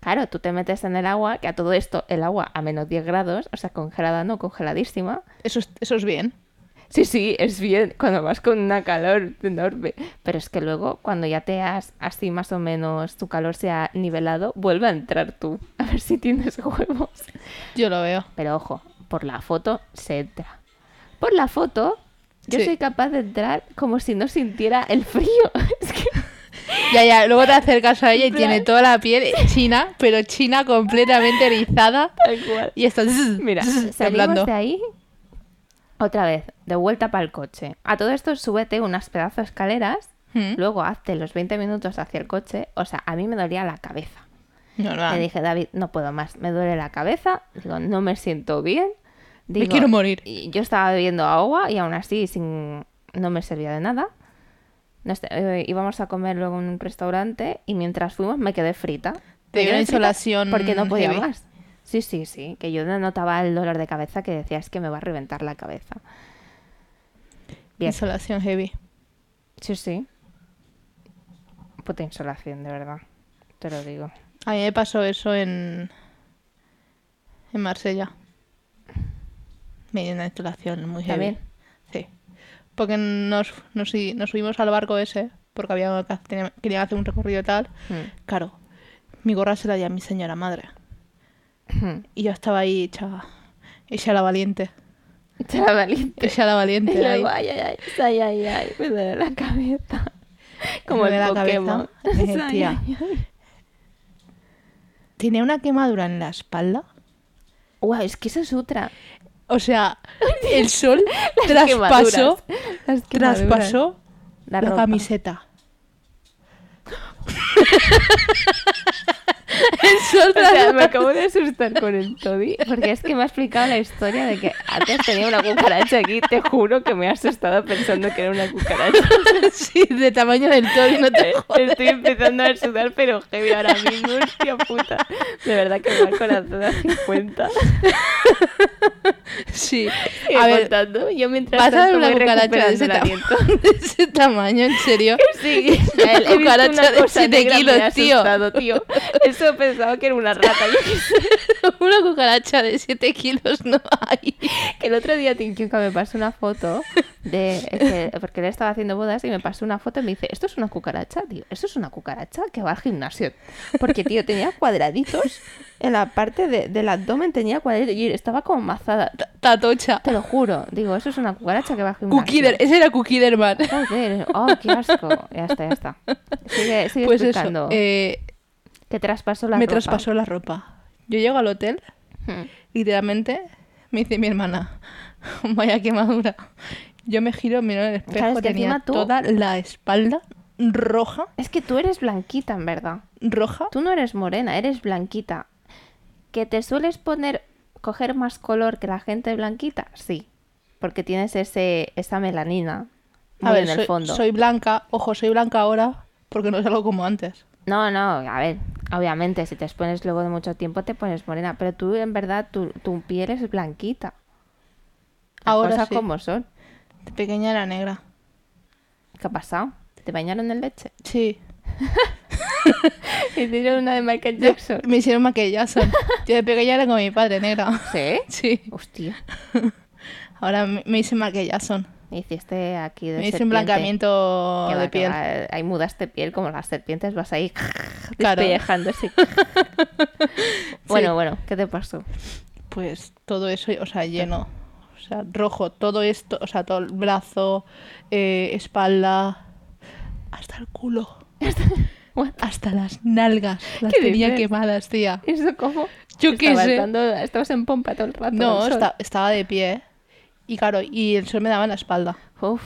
Speaker 1: Claro, tú te metes en el agua, que a todo esto el agua a menos 10 grados, o sea, congelada, no congeladísima.
Speaker 3: Eso es, eso es bien.
Speaker 1: Sí, sí, es bien cuando vas con una calor enorme. Pero es que luego, cuando ya te has así más o menos, tu calor se ha nivelado, vuelve a entrar tú. A ver si tienes huevos.
Speaker 3: Yo lo veo.
Speaker 1: Pero ojo, por la foto se entra. Por la foto, yo
Speaker 3: Sí.
Speaker 1: soy capaz de entrar como si no sintiera el frío. Es que
Speaker 3: Ya, ya, luego te acercas a ella y
Speaker 1: En
Speaker 3: tiene
Speaker 1: plan-
Speaker 3: toda la piel china, pero china completamente erizada.
Speaker 1: Tal cual.
Speaker 3: Y está, mira, temblando.
Speaker 1: Salimos de ahí otra vez, de vuelta para el coche. A todo esto súbete unas pedazos escaleras,
Speaker 3: Mm.
Speaker 1: luego hazte los 20 minutos hacia el coche. O sea, a mí me dolía la cabeza.
Speaker 3: Normal.
Speaker 1: Le dije, David, no puedo más, me duele la cabeza, digo, no me siento bien.
Speaker 3: Me
Speaker 1: Digo,
Speaker 3: quiero morir.
Speaker 1: y yo estaba bebiendo agua y aún así sin... no me servía de nada. Nos- eh, íbamos a comer luego en un restaurante y mientras fuimos me quedé frita. Me
Speaker 3: Te
Speaker 1: quedé
Speaker 3: dio una
Speaker 1: frita
Speaker 3: insolación
Speaker 1: Porque no podía
Speaker 3: heavy.
Speaker 1: más. Sí, sí, sí, que yo no notaba el dolor de cabeza que decía, es que me va a reventar la cabeza. Bien,
Speaker 3: Insolación heavy.
Speaker 1: sí, sí. Puta insolación, de verdad. Te lo digo.
Speaker 3: A mí me pasó eso en. en Marsella. Me dio una instalación muy heavy.
Speaker 1: ¿También?
Speaker 3: Sí. Porque nos, nos, sui- nos subimos al barco ese, porque había, que hacer- querían hacer un recorrido tal.
Speaker 1: Mm.
Speaker 3: Claro, mi gorra se la di a mi señora madre.
Speaker 1: Mm.
Speaker 3: Y yo estaba ahí hecha. hecha la valiente.
Speaker 1: Te la valiente.
Speaker 3: Hecha la
Speaker 1: Y
Speaker 3: valiente. ahí.
Speaker 1: luego, ay, ay, ay, ay, ay, ay, me duele la cabeza. Como el
Speaker 3: Me duele la
Speaker 1: Pokémon.
Speaker 3: cabeza.
Speaker 1: Ay, ay,
Speaker 3: Tía.
Speaker 1: ay.
Speaker 3: Tenía una quemadura en la espalda.
Speaker 1: Guau, es que eso es otra.
Speaker 3: O sea, el sol
Speaker 1: Las
Speaker 3: traspasó,
Speaker 1: quemaduras. Las quemaduras.
Speaker 3: traspasó
Speaker 1: la,
Speaker 3: la
Speaker 1: ropa.
Speaker 3: camiseta. el sol
Speaker 1: O sea, me
Speaker 3: traspasó-
Speaker 1: acabo de asustar con el Toddy. Porque es que me ha explicado la historia de que antes tenía una cucaracha aquí. Te juro que me he asustado pensando que era una cucaracha.
Speaker 3: Sí, de tamaño del todo y no te jodas.
Speaker 1: Estoy empezando a sudar, pero heavy ahora mismo, hostia puta. De verdad que me va el corazón a 50.
Speaker 3: Sí.
Speaker 1: Y
Speaker 3: A ver,
Speaker 1: contando, yo mientras
Speaker 3: vas a ver
Speaker 1: tanto
Speaker 3: una
Speaker 1: voy
Speaker 3: cucaracha de
Speaker 1: recuperando
Speaker 3: ese,
Speaker 1: el
Speaker 3: tama-
Speaker 1: aliento.
Speaker 3: de ese tamaño, en serio.
Speaker 1: Sí,
Speaker 3: Una
Speaker 1: he visto
Speaker 3: cucaracha
Speaker 1: una
Speaker 3: de
Speaker 1: cosa
Speaker 3: siete
Speaker 1: negra, me
Speaker 3: kilos,
Speaker 1: ha
Speaker 3: tío.
Speaker 1: asustado, tío. Eso pensaba que era una rata. Yo qué sé.
Speaker 3: Una cucaracha de 7 kilos no hay.
Speaker 1: que el otro día Tinkyuka me pasó una foto de es que- porque él estaba haciendo bodas y me pasó una foto y me dice, "¿Esto es una cucaracha, tío? ¿Esto es una cucaracha que va al gimnasio?" Porque tío tenía cuadraditos en la parte de- del abdomen tenía cuadraditos y estaba como mazada.
Speaker 3: Ta- Tatocha.
Speaker 1: Te lo juro, digo, eso es una cucaracha que va al gimnasio.
Speaker 3: Cookider, ese era Cookiderman.
Speaker 1: Joder, oh, qué asco. Ya está, ya está. Sigue, sigue
Speaker 3: Pues
Speaker 1: explicando.
Speaker 3: eso, eh,
Speaker 1: que traspasó la
Speaker 3: me
Speaker 1: ropa.
Speaker 3: traspasó la ropa. Yo llego al hotel,
Speaker 1: Hmm.
Speaker 3: literalmente, me dice mi hermana, vaya quemadura. Yo me giro, miro en el espejo,
Speaker 1: Claro, es que
Speaker 3: tenía
Speaker 1: encima tú-
Speaker 3: toda la espalda roja,
Speaker 1: Es que tú eres blanquita, en verdad.
Speaker 3: roja.
Speaker 1: Tú no eres morena, eres blanquita. ¿Que te sueles poner, coger más color que la gente blanquita? Sí. Porque tienes ese, esa melanina muy
Speaker 3: A ver,
Speaker 1: en el
Speaker 3: soy,
Speaker 1: fondo.
Speaker 3: soy blanca, ojo, soy blanca ahora porque no salgo como antes.
Speaker 1: No, no, a ver. Obviamente, si te expones luego de mucho tiempo, te pones morena. Pero tú, en verdad, tu, tu piel es blanquita. Las
Speaker 3: Ahora
Speaker 1: cosas
Speaker 3: sí.
Speaker 1: como son.
Speaker 3: De pequeña era negra.
Speaker 1: ¿Qué ha pasado? ¿Te bañaron en leche?
Speaker 3: Sí.
Speaker 1: Hicieron una de Michael Jackson.
Speaker 3: Me hicieron maquillaje. Yo de pequeña era como mi padre, negra.
Speaker 1: ¿Sí?
Speaker 3: Sí.
Speaker 1: Hostia.
Speaker 3: Ahora me, me hice maquillaje.
Speaker 1: Me hiciste aquí de
Speaker 3: Me hice
Speaker 1: serpiente.
Speaker 3: un
Speaker 1: Que
Speaker 3: blanqueamiento
Speaker 1: va,
Speaker 3: de
Speaker 1: que
Speaker 3: piel.
Speaker 1: va, Ahí mudaste piel como las serpientes, vas ahí
Speaker 3: Claro.
Speaker 1: despellejándose. bueno, bueno, ¿qué te pasó?
Speaker 3: Pues todo eso, o sea, lleno. O sea, rojo, todo esto, o sea, todo el brazo, eh, espalda, hasta el culo,
Speaker 1: What?
Speaker 3: hasta las nalgas. Las
Speaker 1: ¿Qué
Speaker 3: tenía
Speaker 1: dices?
Speaker 3: quemadas, tía.
Speaker 1: ¿Eso cómo?
Speaker 3: Yo qué
Speaker 1: Estabas
Speaker 3: sé.
Speaker 1: dando- estabas en pompa todo el rato.
Speaker 3: No,
Speaker 1: al sol.
Speaker 3: esta- estaba de pie. Y claro, y el sol me daba en la espalda.
Speaker 1: Uf,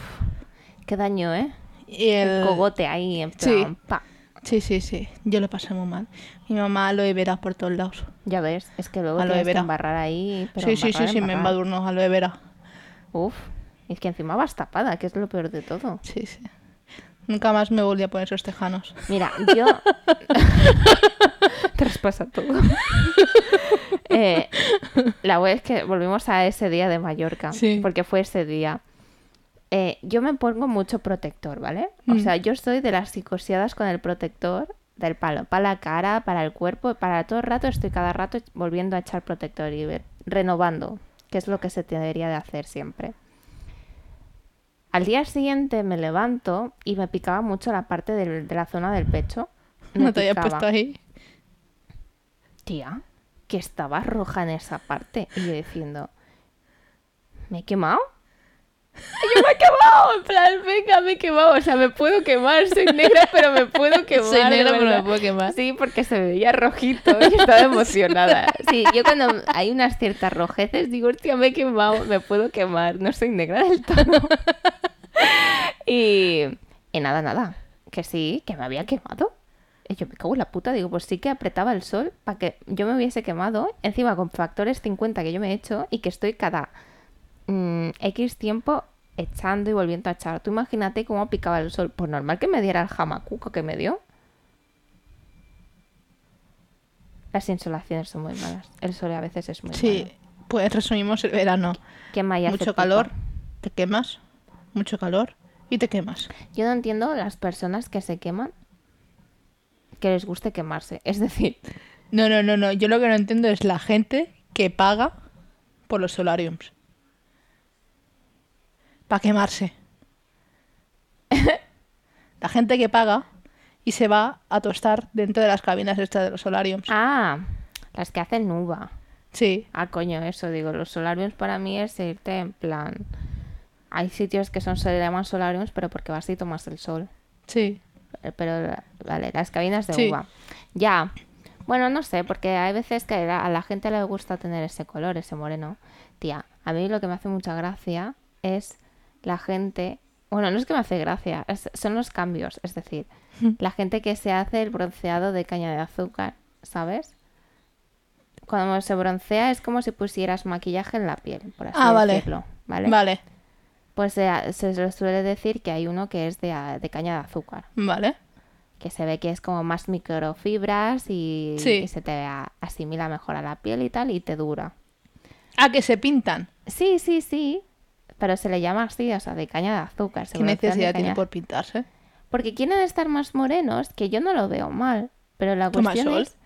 Speaker 1: qué daño, ¿eh?
Speaker 3: Y el...
Speaker 1: El cogote ahí en
Speaker 3: Sí.
Speaker 1: plan, pa.
Speaker 3: Sí, sí, sí. Yo lo pasé muy mal. Mi mamá aloe vera por todos lados.
Speaker 1: Ya ves, es que luego
Speaker 3: Aloe
Speaker 1: tienes que
Speaker 3: vera.
Speaker 1: embarrar ahí. Pero
Speaker 3: sí, sí, sí,
Speaker 1: embarrar,
Speaker 3: sí, me
Speaker 1: embarrar.
Speaker 3: embadurno aloe vera.
Speaker 1: Uf, es que encima vas tapada, que es lo peor de todo.
Speaker 3: Sí, sí. Nunca más me volví a poner esos tejanos.
Speaker 1: Mira, yo. Traspasa todo. Eh, la web es que volvimos a ese día de Mallorca.
Speaker 3: Sí.
Speaker 1: Porque fue ese día. Eh, yo me pongo mucho protector, ¿vale? O sea, yo soy de las psicoseadas con el protector del palo. Para la cara, para el cuerpo, para todo el rato. Estoy cada rato volviendo a echar protector y ver- renovando, que es lo que se debería de hacer siempre. Al día siguiente me levanto y me picaba mucho la parte del- de la zona del pecho. Me
Speaker 3: no te había
Speaker 1: picaba.
Speaker 3: puesto ahí.
Speaker 1: Tía, que estaba roja en esa parte. Y yo diciendo, ¿me he quemado? Yo me he quemado, en plan, venga, me he quemado. O sea, me puedo quemar, soy negra, pero me puedo quemar.
Speaker 3: Soy negra,
Speaker 1: de
Speaker 3: pero me
Speaker 1: verdad.
Speaker 3: puedo quemar.
Speaker 1: Sí, porque se me veía rojito y estaba emocionada. Sí, yo cuando hay unas ciertas rojeces digo, hostia, me he quemado, me puedo quemar, no soy negra del todo. Y, y nada, nada, que sí, que me había quemado. Y yo me cago en la puta, digo, pues sí que apretaba el sol para que yo me hubiese quemado, encima con factores 50 que yo me he hecho y que estoy cada mm, X tiempo echando y volviendo a echar. Tú imagínate cómo picaba el sol. Pues normal que me diera el jamacuco que me dio. Las insolaciones son muy malas. El sol a veces es muy
Speaker 3: Sí,
Speaker 1: malo.
Speaker 3: pues resumimos el verano.
Speaker 1: Quema y hace
Speaker 3: Mucho
Speaker 1: pico.
Speaker 3: calor, te quemas. Mucho calor y te quemas.
Speaker 1: Yo no entiendo las personas que se queman que les guste quemarse. Es decir,
Speaker 3: No, no, no, no. Yo lo que no entiendo es la gente que paga por los solariums. Para quemarse. la gente que paga y se va a tostar dentro de las cabinas estas de los solariums.
Speaker 1: ah, las que hacen uva.
Speaker 3: Sí.
Speaker 1: Ah, coño, eso, digo, los solariums para mí es irte en plan. Hay sitios que son, se le llaman solariums, pero porque vas y tomas el sol.
Speaker 3: Sí.
Speaker 1: Eh, Pero, vale, las cabinas de
Speaker 3: Sí.
Speaker 1: uva. Ya. Bueno, no sé, porque hay veces que la- a la gente le gusta tener ese color, ese moreno. Tía, a mí lo que me hace mucha gracia es la gente. Bueno, no es que me hace gracia, es- son los cambios. Es decir,
Speaker 3: Hmm.
Speaker 1: la gente que se hace el bronceado de caña de azúcar, ¿sabes? Cuando se broncea es como si pusieras maquillaje en la piel, por así
Speaker 3: Ah, vale.
Speaker 1: decirlo. ¿vale?
Speaker 3: Vale.
Speaker 1: Pues se, se le suele decir que hay uno que es de a- de caña de azúcar
Speaker 3: Vale.
Speaker 1: que se ve que es como más microfibras y,
Speaker 3: Sí.
Speaker 1: y se te a- asimila mejor a la piel y tal y te dura.
Speaker 3: Ah, que se pintan.
Speaker 1: Sí, sí, sí, pero se le llama así, o sea, de caña de azúcar. se
Speaker 3: ¿Qué
Speaker 1: broncean de
Speaker 3: necesidad tiene
Speaker 1: caña-
Speaker 3: por pintarse?
Speaker 1: Porque quieren estar más morenos, que yo no lo veo mal, pero la
Speaker 3: Toma
Speaker 1: cuestión
Speaker 3: sol.
Speaker 1: es...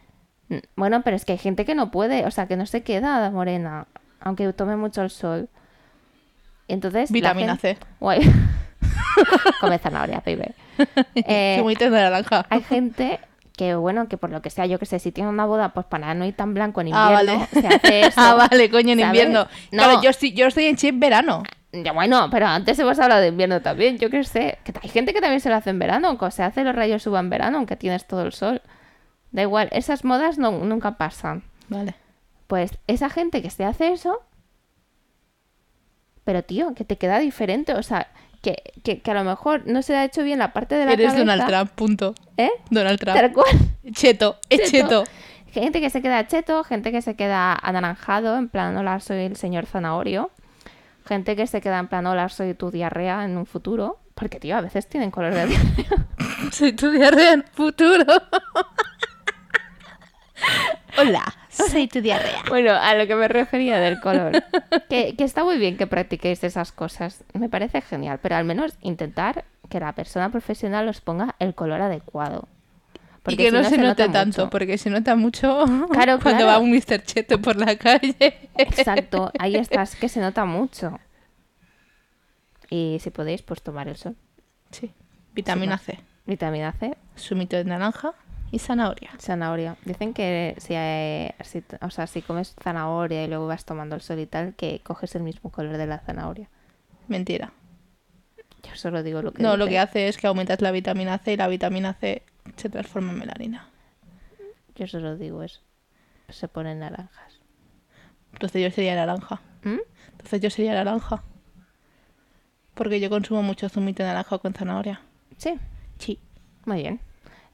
Speaker 1: Mm, Bueno, pero es que hay gente que no puede, o sea, que no se queda morena, aunque tome mucho el sol. Entonces... la
Speaker 3: Vitamina
Speaker 1: gente-
Speaker 3: C.
Speaker 1: Guay. Come zanahoria, baby. Eh,
Speaker 3: Qué bonita es de naranja.
Speaker 1: hay gente que, bueno, que por lo que sea, yo que sé, si tiene una boda, pues para no ir tan blanco en
Speaker 3: Ah,
Speaker 1: invierno,
Speaker 3: vale.
Speaker 1: se hace eso.
Speaker 3: ah, vale, coño, en
Speaker 1: ¿sabes?
Speaker 3: invierno.
Speaker 1: No,
Speaker 3: Claro, yo estoy, yo estoy en chip verano.
Speaker 1: ya, bueno, pero antes hemos hablado de invierno también, yo que sé. Que hay gente que también se lo hace en verano, que se hace los rayos suban en verano, aunque tienes todo el sol. Da igual, esas modas no, nunca pasan.
Speaker 3: Vale.
Speaker 1: Pues esa gente que se hace eso, pero tío, que te queda diferente, o sea, que, que, que a lo mejor no se le ha hecho bien la parte de la
Speaker 3: Eres
Speaker 1: cabeza.
Speaker 3: Donald Trump, punto.
Speaker 1: ¿Eh?
Speaker 3: Donald
Speaker 1: Tal
Speaker 3: Trump.
Speaker 1: cual.
Speaker 3: Cheto, es cheto.
Speaker 1: Gente que se queda cheto, gente que se queda anaranjado, en plan, hola, soy el señor zanahorio. Gente que se queda en plan, hola, soy tu diarrea en un futuro. Porque, tío, a veces tienen color de diarrea.
Speaker 3: Soy tu diarrea en futuro. Hola, soy tu diarrea.
Speaker 1: bueno, a lo que me refería del color. que, que está muy bien que practiquéis esas cosas. Me parece genial, pero al menos intentar que la persona profesional os ponga el color adecuado.
Speaker 3: y que
Speaker 1: si
Speaker 3: no, se, note
Speaker 1: nota
Speaker 3: tanto,
Speaker 1: mucho.
Speaker 3: porque se nota mucho
Speaker 1: Claro,
Speaker 3: cuando
Speaker 1: claro.
Speaker 3: va un Mr. Cheto por la calle.
Speaker 1: Exacto, ahí estás, que se nota mucho. Y si podéis, pues tomar el sol.
Speaker 3: Sí, vitamina C,
Speaker 1: Vitamina C,
Speaker 3: sumito de naranja y zanahoria.
Speaker 1: zanahoria. Dicen que si, eh, si t- o sea, si comes zanahoria y luego vas tomando el sol y tal, que coges el mismo color de la zanahoria.
Speaker 3: Mentira.
Speaker 1: Yo solo digo lo que
Speaker 3: No, lo que
Speaker 1: dicen.
Speaker 3: hace es que aumentas la vitamina C y la vitamina C se transforma en melanina.
Speaker 1: Yo solo digo eso. Se ponen naranjas.
Speaker 3: Entonces yo sería naranja.
Speaker 1: ¿Mm?
Speaker 3: Entonces yo sería naranja. Porque yo consumo mucho zumito de naranja con zanahoria.
Speaker 1: Sí,
Speaker 3: Sí.
Speaker 1: muy bien.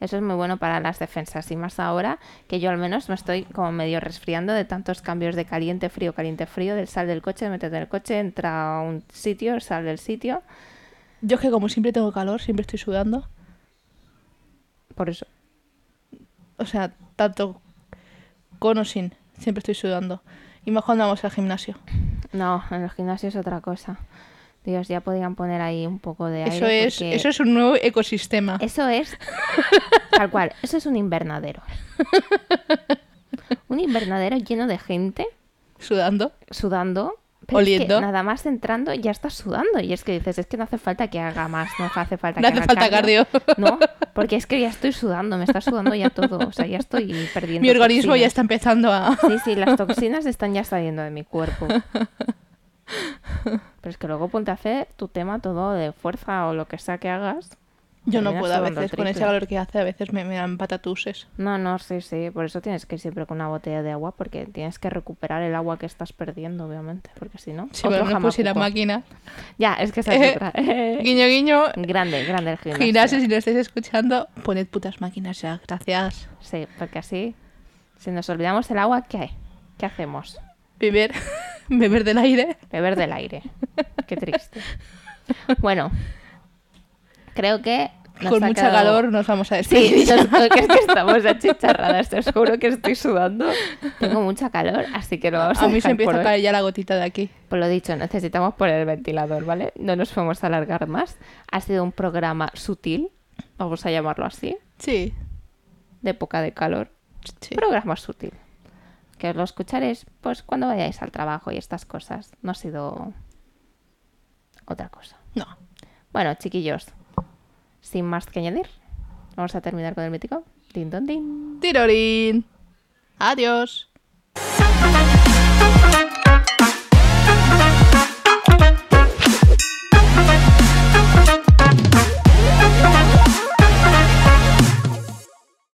Speaker 1: Eso es muy bueno para las defensas y más ahora que yo al menos me estoy como medio resfriando de tantos cambios de caliente, frío, caliente, frío, del sal del coche, métete en el coche, entra a un sitio, sal del sitio.
Speaker 3: Yo es que como siempre tengo calor, siempre estoy sudando.
Speaker 1: Por eso.
Speaker 3: O sea, tanto con o sin, siempre estoy sudando. Y más cuando vamos al gimnasio.
Speaker 1: No, en el gimnasio es otra cosa. Dios, ya podían poner ahí un poco de aire.
Speaker 3: Eso es,
Speaker 1: porque
Speaker 3: eso es un nuevo ecosistema.
Speaker 1: eso es- Tal cual, eso es un invernadero. Un invernadero lleno de gente
Speaker 3: Sudando.
Speaker 1: sudando. Pero es que
Speaker 3: Oliendo.
Speaker 1: nada más entrando ya estás sudando. Y es que dices, es que no hace falta que haga más, no hace falta
Speaker 3: No
Speaker 1: que
Speaker 3: hace
Speaker 1: haga
Speaker 3: falta cardio.
Speaker 1: No, porque es que ya estoy sudando, me está sudando ya todo. O sea, ya estoy perdiendo.
Speaker 3: Mi organismo
Speaker 1: toxinas.
Speaker 3: ya está empezando a...
Speaker 1: Sí, sí, las toxinas están ya saliendo de mi cuerpo. Pero es que luego Punta Fe, tu tema todo de fuerza o lo que sea que hagas.
Speaker 3: Yo no
Speaker 1: terminas
Speaker 3: puedo a
Speaker 1: sudando
Speaker 3: veces, con ese
Speaker 1: triple.
Speaker 3: calor que hace, a veces me, me dan patatuses.
Speaker 1: No, no, sí, sí. Por eso tienes que ir siempre con una botella de agua porque tienes que recuperar el agua que estás perdiendo, obviamente. Porque si no.
Speaker 3: Si
Speaker 1: otro
Speaker 3: me pusiera
Speaker 1: jamacuco.
Speaker 3: máquina.
Speaker 1: Ya, es que esa es otra.
Speaker 3: Eh, Guiño, guiño.
Speaker 1: grande, grande el gimnasio.
Speaker 3: Gimnasio, si lo estáis escuchando, poned putas máquinas ya, gracias.
Speaker 1: Sí, porque así, si nos olvidamos el agua, ¿qué hay? ¿Qué hacemos?
Speaker 3: Beber, beber del aire.
Speaker 1: Beber del aire. Qué triste. Bueno, creo que. nos
Speaker 3: con
Speaker 1: ha
Speaker 3: mucho
Speaker 1: quedado-
Speaker 3: calor nos vamos a
Speaker 1: Sí,
Speaker 3: despedir.
Speaker 1: nos- que es que estamos achicharradas, te os juro que estoy sudando. Tengo mucha calor, así que lo vamos a,
Speaker 3: a mí se
Speaker 1: dejar por
Speaker 3: empieza a
Speaker 1: hoy.
Speaker 3: caer ya la gotita de aquí.
Speaker 1: Por lo dicho, necesitamos poner el ventilador, ¿vale? No nos vamos a alargar más. Ha sido un programa sutil, vamos a llamarlo así,
Speaker 3: Sí,
Speaker 1: de época de calor.
Speaker 3: sí.
Speaker 1: Programa sutil. Que os lo escucharéis pues cuando vayáis al trabajo y estas cosas. No ha sido otra cosa.
Speaker 3: No.
Speaker 1: Bueno, chiquillos, sin más que añadir, vamos a terminar con el mítico. Din don din.
Speaker 3: Tirorín. Adiós.